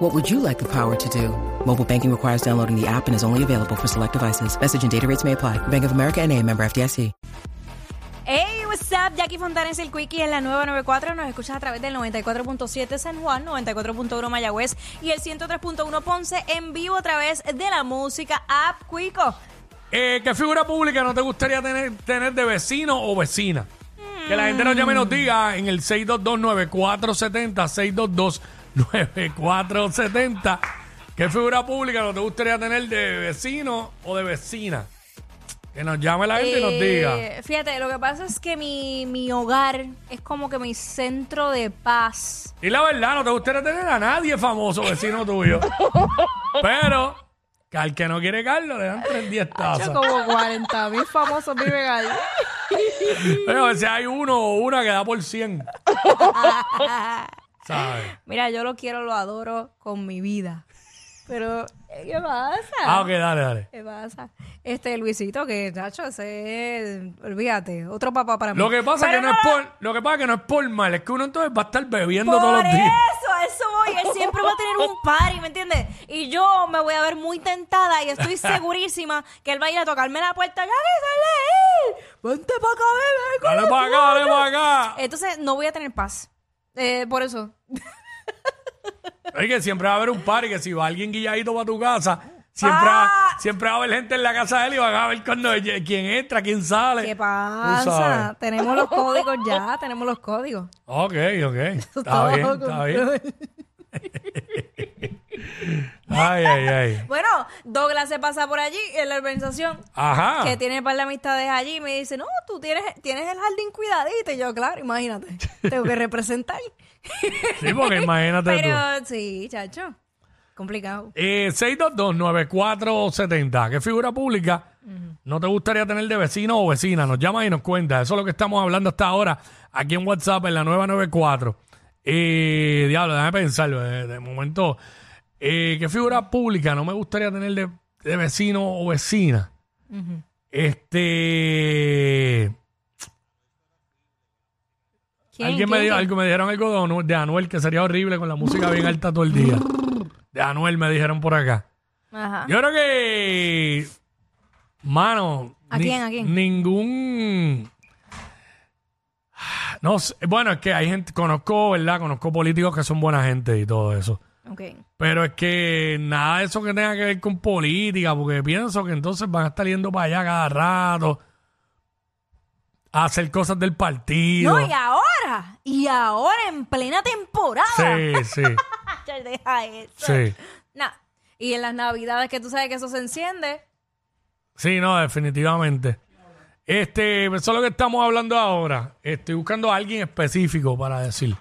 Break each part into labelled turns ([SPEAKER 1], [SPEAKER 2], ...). [SPEAKER 1] What would you like the power to do? Mobile banking requires downloading the app and is only available for select devices. Message and data rates may apply. Bank of America and a member FDIC.
[SPEAKER 2] Hey, what's up? Jackie Fontanes, el Quickie en la 994. Nos escuchas a través del 94.7 San Juan, 94.1 Mayagüez y el 103.1 Ponce en vivo a través de la música App Quico.
[SPEAKER 3] Eh, ¿Qué figura pública no te gustaría tener, tener de vecino o vecina? Que la gente nos llame y nos diga en el 622-9470, 622-9470. ¿Qué figura pública no te gustaría tener de vecino o de vecina? Que nos llame la gente y nos diga.
[SPEAKER 2] Eh, Fíjate, lo que pasa es que mi, mi hogar es como que mi centro de paz.
[SPEAKER 3] Y la verdad, no te gustaría tener a nadie famoso vecino tuyo. Pero, que al que no quiere Carlos, le dan tres diez tazas.
[SPEAKER 4] Como 40 mil famosos viven ahí.
[SPEAKER 3] Pero a veces hay uno o una que da por 100. ¿Sabes?
[SPEAKER 2] Mira, yo lo quiero, lo adoro con mi vida. Pero, eh, ¿qué pasa?
[SPEAKER 3] Ah, ok, dale, dale.
[SPEAKER 2] ¿Qué pasa? Este Luisito, que chacho, ese es- olvídate, otro papá para mí.
[SPEAKER 3] Lo que pasa es que
[SPEAKER 2] Pero
[SPEAKER 3] no es por, lo que pasa es que no es por mal, es que uno entonces va a estar bebiendo
[SPEAKER 2] Por
[SPEAKER 3] todos los
[SPEAKER 2] eso,
[SPEAKER 3] días.
[SPEAKER 2] a eso voy. Él siempre va a tener un party, ¿me entiendes? Y yo me voy a ver muy tentada y estoy segurísima que él va a ir a tocarme la puerta. ¡Ya que sale él! ¡Vente para acá, bebé! con
[SPEAKER 3] Dale
[SPEAKER 2] la
[SPEAKER 3] para acá, dale
[SPEAKER 2] tuya".
[SPEAKER 3] para acá.
[SPEAKER 2] Entonces no voy a tener paz. Eh, por eso.
[SPEAKER 3] Es que siempre va a haber un par y que si va alguien guilladito para tu casa, siempre, va-
[SPEAKER 2] Ah.
[SPEAKER 3] siempre va a haber gente en la casa de él y van a ver cuando, lle- quién entra, quién sale.
[SPEAKER 2] ¿Qué
[SPEAKER 3] Eh, Tú sabes.
[SPEAKER 2] pasa? Tenemos los códigos ya, tenemos los códigos.
[SPEAKER 3] Ok, ok. Está
[SPEAKER 4] Todo
[SPEAKER 3] bien,
[SPEAKER 4] con-
[SPEAKER 3] está bien. Ay, ay, ay.
[SPEAKER 2] Bueno, Douglas se pasa por allí en la urbanización.
[SPEAKER 3] Ajá.
[SPEAKER 2] Que tiene par de amistades allí y me dice, no, tú tienes, tienes el jardín cuidadito. Y yo, claro, imagínate, tengo que representar.
[SPEAKER 3] Sí, porque imagínate tú.
[SPEAKER 2] Pero sí, chacho. Complicado.
[SPEAKER 3] Eh, 622-9470. ¿Qué figura pública no te gustaría tener de vecino o vecina? Nos llama y nos cuenta. Eso es lo que estamos hablando hasta ahora aquí en WhatsApp en la 994. Eh, diablo, déjame pensarlo. De, de momento, eh, ¿qué figura pública no me gustaría tener de, de vecino o vecina? Este.
[SPEAKER 2] ¿Quién,
[SPEAKER 3] alguien me
[SPEAKER 2] quién, quién?
[SPEAKER 3] dijo, algo, me dijeron algo de Anu- de Anuel que sería horrible con la música bien alta todo el día. De Anuel me dijeron por acá.
[SPEAKER 2] Ajá.
[SPEAKER 3] Yo creo que. Mano.
[SPEAKER 2] ¿A quién, a quién?
[SPEAKER 3] Ningún. No sé. Bueno, es que hay gente. Conozco, ¿verdad? Conozco políticos que son buena gente y todo eso.
[SPEAKER 2] Ok.
[SPEAKER 3] Pero es que nada de eso que tenga que ver con política, porque pienso que entonces van a estar yendo para allá cada rato a hacer cosas del partido.
[SPEAKER 2] No, y ahora, y ahora en plena temporada.
[SPEAKER 3] sí, sí,
[SPEAKER 2] Ya Deja eso.
[SPEAKER 3] sí.
[SPEAKER 2] Nah. Y en las navidades que tú sabes que eso se enciende.
[SPEAKER 3] Sí, no, definitivamente. Este, eso es lo que estamos hablando ahora. Estoy buscando a alguien específico para decir,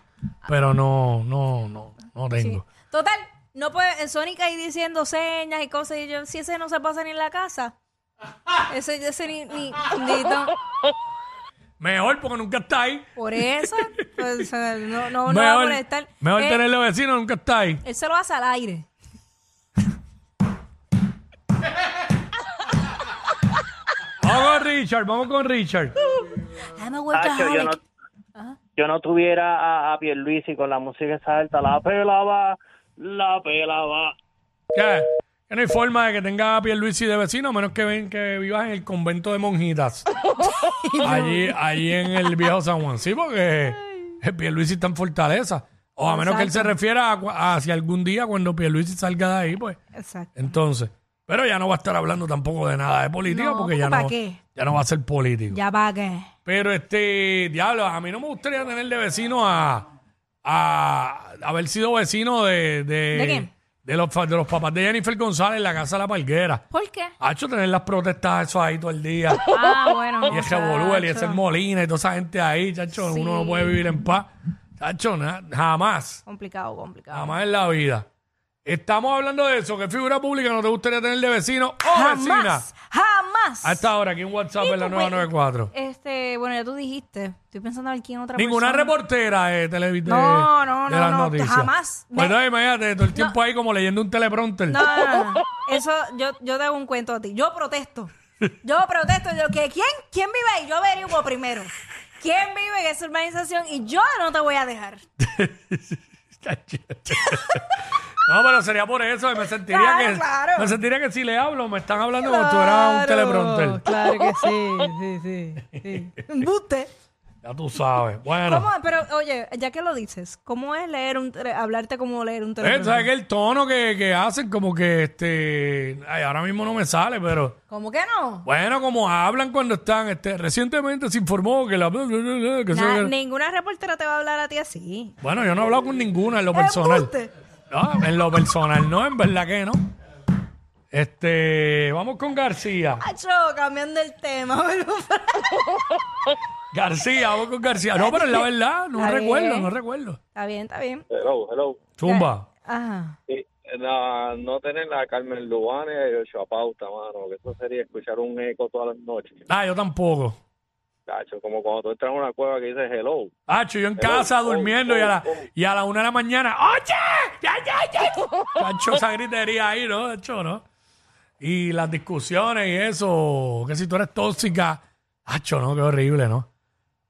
[SPEAKER 3] pero no, no, no, no tengo.
[SPEAKER 2] Total, no puede, Sonic ahí diciendo señas y cosas. Y yo, si ese no se pasa ni en la casa. Ese, ese ni, ni, ni tan-
[SPEAKER 3] Mejor porque nunca está ahí.
[SPEAKER 2] Por eso, pues, o sea, no, no, no va a
[SPEAKER 3] mejor
[SPEAKER 2] molestar.
[SPEAKER 3] mejor
[SPEAKER 2] Eh,
[SPEAKER 3] tenerlo vecino, nunca está ahí.
[SPEAKER 2] Él se lo hace al aire.
[SPEAKER 3] Vamos con Richard, vamos con Richard.
[SPEAKER 2] Dame
[SPEAKER 5] Tacho, Ah, yo no, yo no tuviera a, a Pierluisi con la música esa alta, la pelaba, la pelaba.
[SPEAKER 3] ¿Qué? Que no hay forma de que tenga a Pierluisi de vecino, a menos que, ven, que vivas en el convento de monjitas. allí, allí en el viejo San Juan. Sí, porque el Pierluisi está en fortaleza. O a menos que él se refiera a, cua- a si algún día cuando Pierluisi salga de ahí, pues.
[SPEAKER 2] Exacto.
[SPEAKER 3] Entonces. Pero ya no va a estar hablando tampoco de nada de política,
[SPEAKER 2] No,
[SPEAKER 3] porque
[SPEAKER 2] porque
[SPEAKER 3] ya
[SPEAKER 2] ¿para
[SPEAKER 3] no,
[SPEAKER 2] qué?
[SPEAKER 3] ya no va a ser político.
[SPEAKER 2] Ya va que.
[SPEAKER 3] Pero este, diablo, a mí no me gustaría tener de vecino a, a haber sido vecino de... ¿De,
[SPEAKER 2] ¿De quién?
[SPEAKER 3] de los, fa- de los papás de Jennifer González en la casa de la palguera.
[SPEAKER 2] ¿Por qué?
[SPEAKER 3] Ha hecho tener las protestas eso ahí todo el día.
[SPEAKER 2] Ah, bueno.
[SPEAKER 3] y ese Bolú, y ese Molina y toda esa gente ahí, chacho,
[SPEAKER 2] Sí.
[SPEAKER 3] uno no puede vivir en paz. Chacho, na- jamás,
[SPEAKER 2] Complicado, complicado.
[SPEAKER 3] jamás en la vida. Estamos hablando de eso, que figura pública no te gustaría tener de vecino o vecina.
[SPEAKER 2] Jamás, jamás.
[SPEAKER 3] A esta hora aquí en WhatsApp
[SPEAKER 2] Y
[SPEAKER 3] en pues, la
[SPEAKER 2] tú, pues,
[SPEAKER 3] 994.
[SPEAKER 2] Este, bueno, ya tú dijiste. Estoy pensando a ver quién otra
[SPEAKER 3] Ninguna
[SPEAKER 2] persona.
[SPEAKER 3] reportera de televisión.
[SPEAKER 2] No, no,
[SPEAKER 3] de
[SPEAKER 2] no,
[SPEAKER 3] las
[SPEAKER 2] no,
[SPEAKER 3] noticias.
[SPEAKER 2] jamás.
[SPEAKER 3] Pues
[SPEAKER 2] Me-
[SPEAKER 3] no, imagínate, todo el tiempo ahí como leyendo un teleprompter.
[SPEAKER 2] No, no, no, no. Eso, yo, yo te hago un cuento a ti. Yo protesto. Yo protesto. Yo, que ¿quién, ¿Quién vive ahí? Yo averiguo primero. ¿Quién vive en esa urbanización? Y yo no te voy a dejar.
[SPEAKER 3] Está chévere. No, pero sería por eso, me sentiría
[SPEAKER 2] Claro,
[SPEAKER 3] que
[SPEAKER 2] claro.
[SPEAKER 3] me sentiría que si le hablo me están hablando como si fuera un teleprompter.
[SPEAKER 4] Claro que sí, sí, sí. sí.
[SPEAKER 2] Buste.
[SPEAKER 3] Ya tú sabes. Bueno,
[SPEAKER 2] ¿Cómo? Pero, oye, ya que lo dices, ¿cómo es leer un tele- hablarte como leer un
[SPEAKER 3] eh,
[SPEAKER 2] teléfono?
[SPEAKER 3] sabes que el tono que, que hacen como que este, ay, ahora mismo no me sale, pero
[SPEAKER 2] ¿Cómo que no?
[SPEAKER 3] Bueno, como hablan cuando están, este, recientemente se informó que la... que
[SPEAKER 2] Na-
[SPEAKER 3] se-
[SPEAKER 2] ninguna reportera te va a hablar a ti así.
[SPEAKER 3] bueno, yo no he hablado con ninguna en lo personal.
[SPEAKER 2] Embuste.
[SPEAKER 3] No, en lo personal, no, en verdad que no. Este, vamos con García.
[SPEAKER 2] Acho, cambiando el tema.
[SPEAKER 3] García, vamos con García. No, pero es la verdad, no
[SPEAKER 2] Está
[SPEAKER 3] recuerdo,
[SPEAKER 2] bien.
[SPEAKER 3] no recuerdo.
[SPEAKER 2] está bien, está bien.
[SPEAKER 5] Hello, hello.
[SPEAKER 3] Zumba.
[SPEAKER 2] Ajá.
[SPEAKER 5] Sí, la- no tener la Carmen Lubana y el Chapauta, mano, que eso sería escuchar un eco todas las noches.
[SPEAKER 3] Ah, yo tampoco.
[SPEAKER 5] Tacho, como cuando tú entras a una cueva que dice hello.
[SPEAKER 3] Hacho, yo en casa
[SPEAKER 5] oh,
[SPEAKER 3] durmiendo y, a la,
[SPEAKER 5] oh,
[SPEAKER 3] y a la una de la mañana, ¡Oye! ¡Ya, ya, ya! Hacho, esa gritería ahí, ¿no? Hacho, ¿no? Y las discusiones y eso, que si tú eres tóxica, Hacho, ¿no? Qué horrible, ¿no?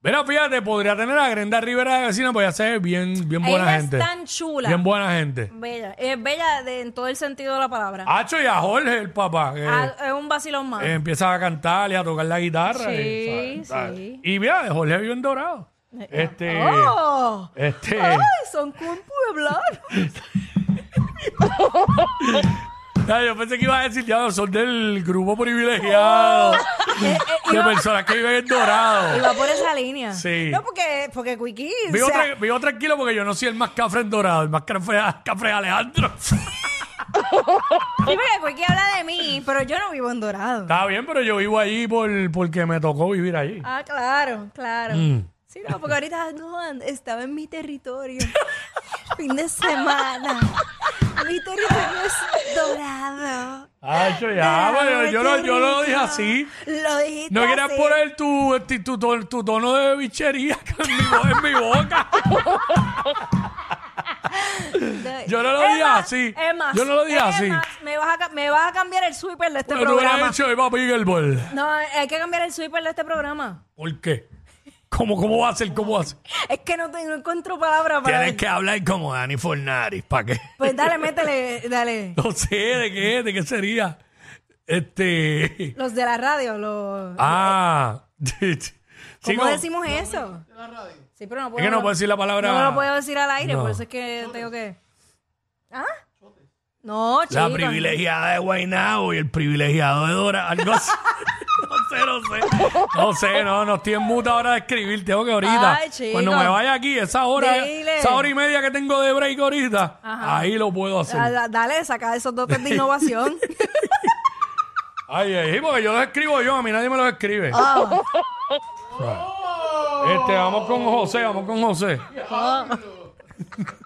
[SPEAKER 3] Mira, fíjate, podría tener a Grenda Rivera de vecina, pues ya sé, bien, bien buena
[SPEAKER 2] Ella
[SPEAKER 3] gente.
[SPEAKER 2] es tan chula.
[SPEAKER 3] Bien buena gente.
[SPEAKER 2] Bella. Es bella de- en todo el sentido de la palabra.
[SPEAKER 3] Hacho y a Jorge, el papá, que
[SPEAKER 2] Ah, es un vacilón más.
[SPEAKER 3] Ah, eh, empieza a cantar y a tocar la guitarra.
[SPEAKER 4] Sí,
[SPEAKER 3] y, ¿sabes?
[SPEAKER 4] sí.
[SPEAKER 3] Y mira, Jorge vive en Dorado. Este,
[SPEAKER 2] Eh, ah, ¡Oh!
[SPEAKER 3] este...
[SPEAKER 2] ¡Ay, son cool pueblanos!
[SPEAKER 3] Ya, yo pensé que iba a decir, ya, son del grupo privilegiado
[SPEAKER 2] Eh, eh,
[SPEAKER 3] de
[SPEAKER 2] iba,
[SPEAKER 3] personas que viven en Dorado.
[SPEAKER 2] iba por esa línea.
[SPEAKER 3] Sí.
[SPEAKER 2] No, porque, porque Quickie, o
[SPEAKER 3] Vivo,
[SPEAKER 2] sea,
[SPEAKER 3] tra- vivo tranquilo porque yo no soy el más cafre en Dorado, el más cafre, cafre es Alejandro.
[SPEAKER 2] sí, porque Quickie habla de mí, pero yo no vivo en Dorado.
[SPEAKER 3] Está bien, pero yo vivo allí por, porque me tocó vivir allí.
[SPEAKER 2] Ah, claro, claro.
[SPEAKER 3] Mm.
[SPEAKER 2] Sí, no, porque ahorita no, and- estaba en mi territorio. fin de semana. Mi territorio es dorado.
[SPEAKER 3] Hacho, ya,
[SPEAKER 2] Dorado,
[SPEAKER 3] pero yo, no-
[SPEAKER 2] qué
[SPEAKER 3] yo no lo dije
[SPEAKER 2] rico.
[SPEAKER 3] así.
[SPEAKER 2] Lo dijiste
[SPEAKER 3] No quieras
[SPEAKER 2] así.
[SPEAKER 3] poner tu, este, tu, ton- tu tono de bichería en mi, bo- en mi boca.
[SPEAKER 2] De-
[SPEAKER 3] yo no lo
[SPEAKER 2] Es
[SPEAKER 3] dije
[SPEAKER 2] más,
[SPEAKER 3] así.
[SPEAKER 2] es más,
[SPEAKER 3] Yo no lo dije
[SPEAKER 2] es
[SPEAKER 3] así.
[SPEAKER 2] más, me, vas a, ca- me vas a cambiar el sweeper de este
[SPEAKER 3] Pero tú
[SPEAKER 2] programa.
[SPEAKER 3] hubieras dicho, iba a el bol.
[SPEAKER 2] No, hay que cambiar el sweeper de este programa.
[SPEAKER 3] ¿Por qué? ¿Cómo, cómo va a ser? ¿Cómo va a ser?
[SPEAKER 2] Es que no, te- no encuentro palabras para.
[SPEAKER 3] Tienes que hablar como Dani Fornaris, ¿para qué?
[SPEAKER 2] Pues dale, métele, dale.
[SPEAKER 3] No sé, ¿de qué? ¿De qué sería? Este...
[SPEAKER 2] Los de la radio, los.
[SPEAKER 3] Ah... sí,
[SPEAKER 2] ¿Cómo
[SPEAKER 3] como-
[SPEAKER 2] decimos eso? Sí, pero no puedo.
[SPEAKER 3] Es que no puedo decir la palabra...
[SPEAKER 2] No lo puedo decir al aire,
[SPEAKER 3] No.
[SPEAKER 2] por eso es que tengo que. ¿Ah? No, chicos.
[SPEAKER 3] La privilegiada de Guaynabo y el privilegiado de Dora, algo así. no sé, no sé. No sé, no, no estoy en muta ahora de escribir, tengo que ahorita.
[SPEAKER 2] Ay, chico.
[SPEAKER 3] Cuando me vaya aquí, esa hora,
[SPEAKER 2] Dile.
[SPEAKER 3] esa hora y media que tengo de break ahorita, ahí lo puedo hacer.
[SPEAKER 2] Ah, Da- da- Dale, saca esos dotes de innovación.
[SPEAKER 3] Ay, ay, porque yo los escribo yo, a mí nadie me los escribe.
[SPEAKER 2] Oh.
[SPEAKER 3] Este, vamos con José, vamos con José.
[SPEAKER 2] Oh.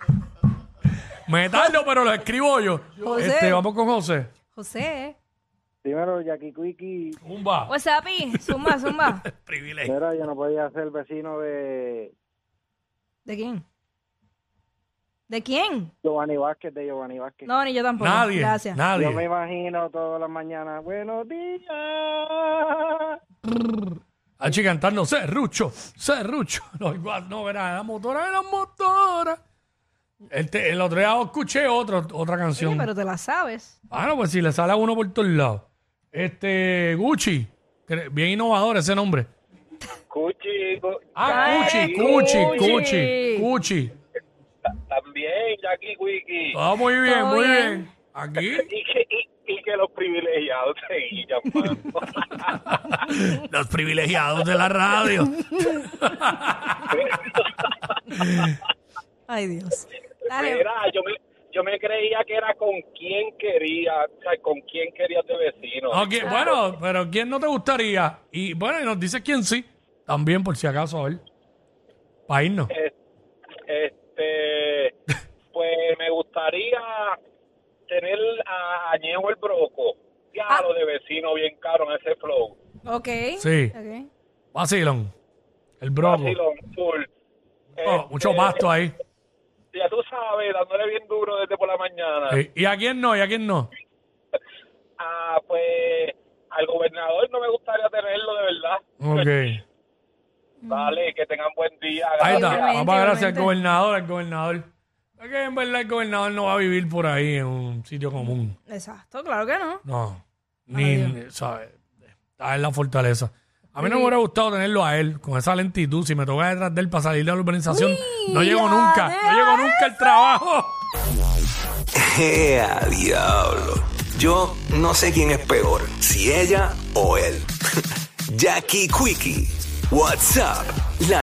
[SPEAKER 3] Me tardo, pero lo escribo yo.
[SPEAKER 2] José.
[SPEAKER 3] Este, vamos con José.
[SPEAKER 2] José.
[SPEAKER 5] Primero, Jackie Quickie,
[SPEAKER 3] Zumba.
[SPEAKER 2] What's up, y? Zumba, zumba.
[SPEAKER 3] Privilegio.
[SPEAKER 5] mira, yo no podía ser vecino de
[SPEAKER 2] ¿De quién? ¿De quién?
[SPEAKER 5] Giovanni Vázquez, de Giovanni Vázquez.
[SPEAKER 2] No, ni yo tampoco.
[SPEAKER 3] Nadie.
[SPEAKER 2] Gracias.
[SPEAKER 5] Yo me
[SPEAKER 3] Nadie.
[SPEAKER 5] imagino todas las mañanas, buenos días.
[SPEAKER 3] Aquí cantando Serrucho, Serrucho. No, igual, no, verá, la motora era motora. Este, el otro día escuché otro, otra
[SPEAKER 2] Oye,
[SPEAKER 3] canción.
[SPEAKER 2] pero te la sabes.
[SPEAKER 3] Ah, no, pues si le sale a uno por todos lados. Este, Gucci. que- Bien innovador ese nombre.
[SPEAKER 5] Cuchi,
[SPEAKER 3] Ah, Gucci, Gucci, Gucci, Gucci.
[SPEAKER 5] también Jackie Quickie.
[SPEAKER 3] Todo muy bien,
[SPEAKER 2] Todo
[SPEAKER 3] muy
[SPEAKER 2] bien.
[SPEAKER 3] bien. Aquí.
[SPEAKER 5] Y que, y, que los privilegiados se guillan,
[SPEAKER 3] Los privilegiados de la radio.
[SPEAKER 2] Ay, Dios. Dale.
[SPEAKER 5] Mira, yo me, yo me creía que era con quien quería, o sea, con quien querías de vecino.
[SPEAKER 3] Ok, bueno, pero ¿quién no te gustaría? Y bueno, y nos dice quién sí. También, por si acaso, a ver. Para irnos.
[SPEAKER 5] Es- Este, pues me gustaría
[SPEAKER 6] tener a, a Ñejo el broco. Ya
[SPEAKER 2] Ah.
[SPEAKER 6] lo de vecino bien caro en ese flow.
[SPEAKER 2] Ok.
[SPEAKER 3] Sí.
[SPEAKER 2] Ok.
[SPEAKER 3] Vacilón. El broco.
[SPEAKER 6] Vacilón, full.
[SPEAKER 3] Oh, mucho
[SPEAKER 6] Este,
[SPEAKER 3] pasto ahí.
[SPEAKER 5] Este,
[SPEAKER 6] Ya tú sabes, dándole bien duro desde por la mañana.
[SPEAKER 3] Sí. Eh, ¿Y a quién no? ¿Y a quién no?
[SPEAKER 6] Ah, pues al gobernador no me gustaría tenerlo de verdad.
[SPEAKER 3] Ok.
[SPEAKER 6] Dale, que tengan buen día.
[SPEAKER 3] Ahí
[SPEAKER 6] gracias.
[SPEAKER 3] está.
[SPEAKER 2] Igualmente,
[SPEAKER 3] Vamos, gracias al
[SPEAKER 2] igualmente.
[SPEAKER 3] gobernador, al gobernador. Es que en verdad el gobernador no va a vivir por ahí en un sitio común.
[SPEAKER 2] Exacto, claro que no.
[SPEAKER 3] No. Ni, ni- ¿sabes? Está en la fortaleza. A mí no me hubiera gustado tenerlo a él con esa lentitud. Si me toca detrás de él para salir de la urbanización, no llego nunca. No llego nunca al trabajo.
[SPEAKER 7] ¡Ea, diablo! Yo no sé quién es peor, si ella o él. Jackie Quickie, WhatsApp